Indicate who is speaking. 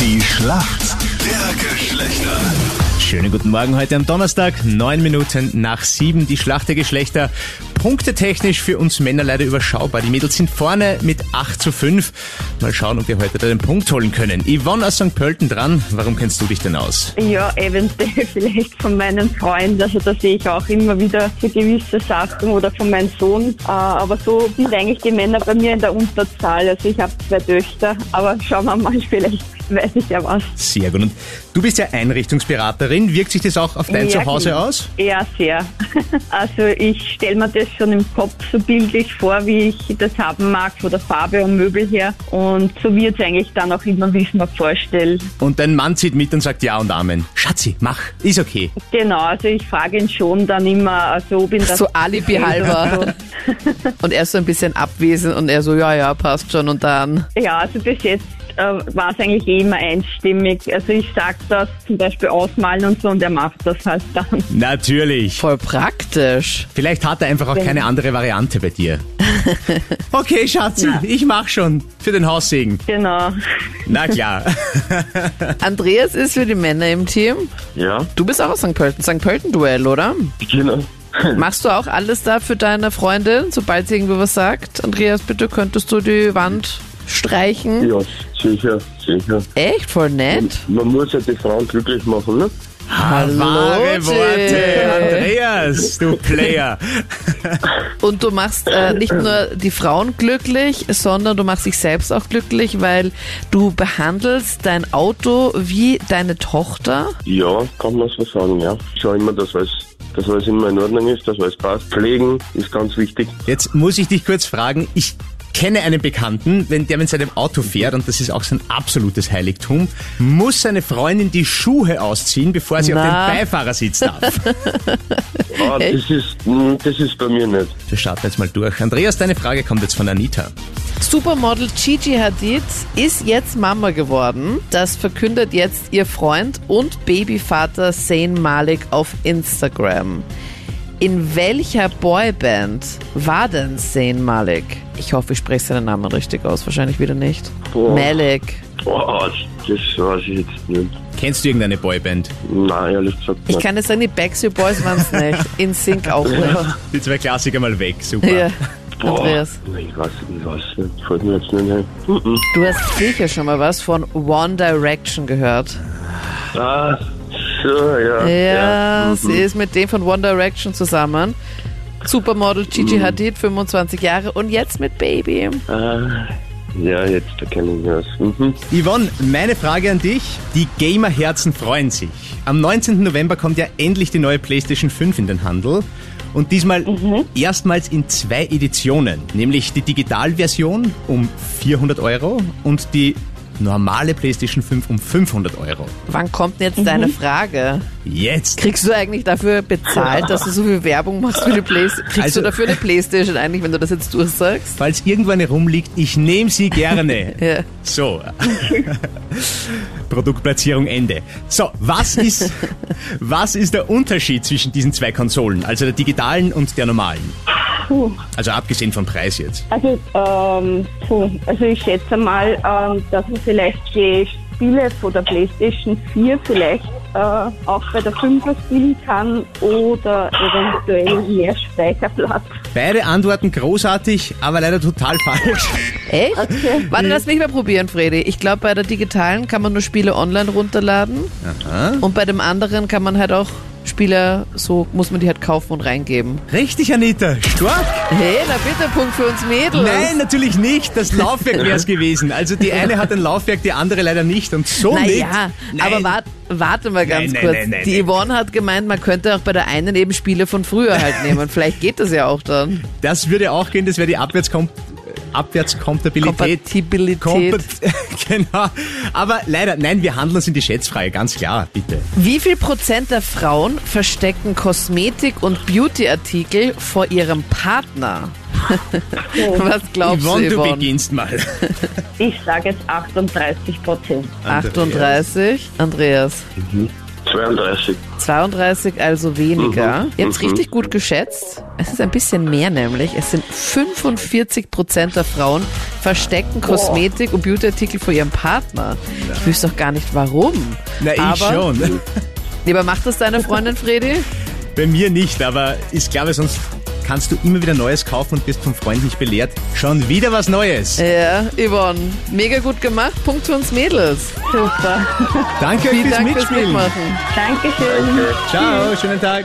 Speaker 1: Die Schlacht der Geschlechter.
Speaker 2: Schönen guten Morgen heute am Donnerstag, neun Minuten nach sieben, die Schlacht der Geschlechter. Punktetechnisch für uns Männer leider überschaubar. Die Mädels sind vorne mit 8 zu 5. Mal schauen, ob wir heute da den Punkt holen können. Yvonne aus St. Pölten dran. Warum kennst du dich denn aus?
Speaker 3: Ja, eventuell vielleicht von meinen Freunden. Also da sehe ich auch immer wieder so gewisse Sachen oder von meinem Sohn. Äh, Aber so sind eigentlich die Männer bei mir in der Unterzahl. Also ich habe zwei Töchter, aber schauen wir mal, vielleicht weiß ich ja was.
Speaker 2: Sehr gut. Und du bist ja Einrichtungsberaterin. Wirkt sich das auch auf dein
Speaker 3: Ja,
Speaker 2: Zuhause
Speaker 3: genau.
Speaker 2: aus?
Speaker 3: Ja, sehr. Also ich stelle mir das schon im Kopf so bildlich vor, wie ich das haben mag, von der Farbe und Möbel her. Und so wird es eigentlich dann auch immer, wie ich es mir vorstelle.
Speaker 2: Und dein Mann zieht mit und sagt Ja und Amen. Schatzi, mach. Ist okay.
Speaker 3: Genau, also ich frage ihn schon dann immer, also ob ihn das
Speaker 4: So Alibi halber. Und er ist so ein bisschen abwesend und er so, ja, ja, passt schon und dann.
Speaker 3: Ja, also bis jetzt äh, war es eigentlich eh immer einstimmig. Also ich sag das zum Beispiel ausmalen und so und er macht das halt dann.
Speaker 2: Natürlich.
Speaker 4: Voll praktisch.
Speaker 2: Vielleicht hat er einfach auch keine andere Variante bei dir. Okay, Schatzi, ich mach schon. Für den Haussegen.
Speaker 3: Genau.
Speaker 2: Na klar.
Speaker 4: Andreas ist für die Männer im Team.
Speaker 5: Ja,
Speaker 4: Du bist auch aus St. Pölten. St. Pölten-Duell, oder?
Speaker 5: genau.
Speaker 4: Machst du auch alles da für deine Freundin, sobald sie irgendwie was sagt? Andreas, bitte könntest du die Wand streichen?
Speaker 5: Ja, sicher, sicher.
Speaker 4: Echt voll nett.
Speaker 5: Man muss ja die Frauen glücklich machen, ne?
Speaker 4: Hallo,
Speaker 2: Ah, Wahre Worte,
Speaker 4: Jay.
Speaker 2: Andreas, du Player.
Speaker 4: Und du machst äh, nicht nur die Frauen glücklich, sondern du machst dich selbst auch glücklich, weil du behandelst dein Auto wie deine Tochter.
Speaker 5: Ja, kann man so sagen, ja. Schau immer, dass alles, dass alles immer in Ordnung ist, dass alles passt. Pflegen ist ganz wichtig.
Speaker 2: Jetzt muss ich dich kurz fragen, ich kenne einen Bekannten, wenn der mit seinem Auto fährt, und das ist auch sein absolutes Heiligtum, muss seine Freundin die Schuhe ausziehen, bevor sie
Speaker 4: Na.
Speaker 2: auf den Beifahrersitz darf.
Speaker 5: Ah, das ist, mh, das ist bei mir nicht.
Speaker 2: Wir starten jetzt mal durch. Andreas, deine Frage kommt jetzt von Anita.
Speaker 4: Supermodel Gigi Hadid ist jetzt Mama geworden. Das verkündet jetzt ihr Freund und Babyvater Zayn Malik auf Instagram. In welcher Boyband war denn Zayn Malik? Ich hoffe, ich spreche seinen Namen richtig aus. Wahrscheinlich wieder nicht.
Speaker 5: Boah.
Speaker 4: Malik.
Speaker 5: Boah, Ah, das weiß ich jetzt nicht.
Speaker 2: Kennst du irgendeine Boyband?
Speaker 5: Nein, ehrlich gesagt
Speaker 4: Ich
Speaker 5: nicht.
Speaker 4: kann jetzt sagen, die Backstreet Boys waren es nicht. In Sync auch nicht.
Speaker 2: Die zwei Klassiker mal weg, super.
Speaker 4: Ja.
Speaker 5: Boah,
Speaker 4: Andreas,
Speaker 5: Ich weiß, ich weiß nicht. Fällt mir jetzt nicht ein. Mhm.
Speaker 4: du hast sicher schon mal was von One Direction gehört.
Speaker 5: Ah, so, ja.
Speaker 4: Ja, sie ist mit dem von One Direction zusammen. Supermodel Gigi
Speaker 2: Mhm.
Speaker 4: Hadid, 25 Jahre und jetzt mit Baby.
Speaker 5: Ah, ja, jetzt erkenne ich das. Mhm.
Speaker 2: Yvonne, meine Frage an dich. Die Gamerherzen freuen sich. Am 19. November kommt ja endlich die neue PlayStation 5 in den Handel. Und diesmal erstmals in zwei Editionen. Nämlich die Digitalversion um 400 Euro und die normale PlayStation 5 um 500 Euro.
Speaker 4: Wann kommt denn jetzt deine Frage?
Speaker 2: Jetzt!
Speaker 4: Kriegst du eigentlich dafür bezahlt, dass du so viel Werbung machst für die Playstation? Kriegst
Speaker 2: Also-
Speaker 4: du dafür eine Playstation eigentlich, wenn du das jetzt durchsagst?
Speaker 2: Falls irgendwo eine rumliegt, ich nehme sie gerne.
Speaker 4: Ja.
Speaker 2: So. Produktplatzierung Ende. So, was ist, was ist der Unterschied zwischen diesen zwei Konsolen, also der digitalen und der normalen?
Speaker 3: Puh.
Speaker 2: Also abgesehen vom Preis jetzt.
Speaker 3: Also, ähm, puh. also ich schätze mal, ähm, dass man vielleicht die Spiele von der Playstation 4 vielleicht äh, auch bei der 5 spielen kann oder eventuell mehr Speicherplatz.
Speaker 2: Beide Antworten großartig, aber leider total falsch.
Speaker 4: Echt? Warte,
Speaker 2: Mhm.
Speaker 4: lass mich mal probieren, Fredi. Ich glaube, bei der digitalen kann man nur Spiele online runterladen. Und bei dem anderen kann man halt auch Spiele, so muss man die halt kaufen und reingeben.
Speaker 2: Richtig, Anita. Stark?
Speaker 4: Hey, na bitte, Punkt für uns Mädels.
Speaker 2: Nein, natürlich nicht. Das Laufwerk wäre es gewesen. Also die eine hat ein Laufwerk, die andere leider nicht. Und so Oh, nicht.
Speaker 4: Naja,
Speaker 2: Nein.
Speaker 4: aber wart, warte mal
Speaker 2: Nein,
Speaker 4: ganz
Speaker 2: nein,
Speaker 4: kurz.
Speaker 2: nein, nein,
Speaker 4: die
Speaker 2: nein.
Speaker 4: Yvonne hat gemeint, man könnte auch bei der einen eben Spiele von früher halt nehmen. Vielleicht geht das ja auch dann.
Speaker 2: Das würde auch gehen, das wäre die Abwärtskom Abwärtskompatibilität.
Speaker 4: Kompatibilität.
Speaker 2: Kompat- genau. Aber leider, nein, wir handeln uns in die Schätzfrage, ganz klar, bitte.
Speaker 4: Wie viel Prozent der Frauen verstecken Kosmetik- und Beauty-Artikel vor ihrem Partner? Was glaubst
Speaker 2: Yvonne,
Speaker 4: du,
Speaker 2: du
Speaker 4: Yvonne?
Speaker 2: beginnst mal.
Speaker 3: Ich sage jetzt 38 Prozent.
Speaker 4: 38, Andreas.
Speaker 5: 32.
Speaker 4: 32, also weniger.
Speaker 5: Mhm.
Speaker 4: Ihr habt
Speaker 5: Mhm.
Speaker 4: richtig gut geschätzt. Es ist ein bisschen mehr nämlich. Es sind 45 Prozent der Frauen verstecken Kosmetik und Beautyartikel vor ihrem Partner. Ich wüsste doch gar nicht, warum.
Speaker 2: Na, ich
Speaker 4: aber,
Speaker 2: schon.
Speaker 4: Lieber, macht das deine Freundin, Fredi?
Speaker 2: Bei mir nicht, aber ich glaube, sonst kannst du immer wieder Neues kaufen und wirst vom Freund nicht belehrt. Schon wieder was Neues.
Speaker 4: Ja, Yvonne, mega gut gemacht. Punkt für uns Mädels.
Speaker 3: Super.
Speaker 2: Danke euch
Speaker 4: Vielen
Speaker 2: fürs
Speaker 4: Dank fürs
Speaker 2: Mitspielen.
Speaker 4: Mitmachen.
Speaker 3: Dankeschön.
Speaker 5: Danke.
Speaker 2: Ciao, schönen Tag.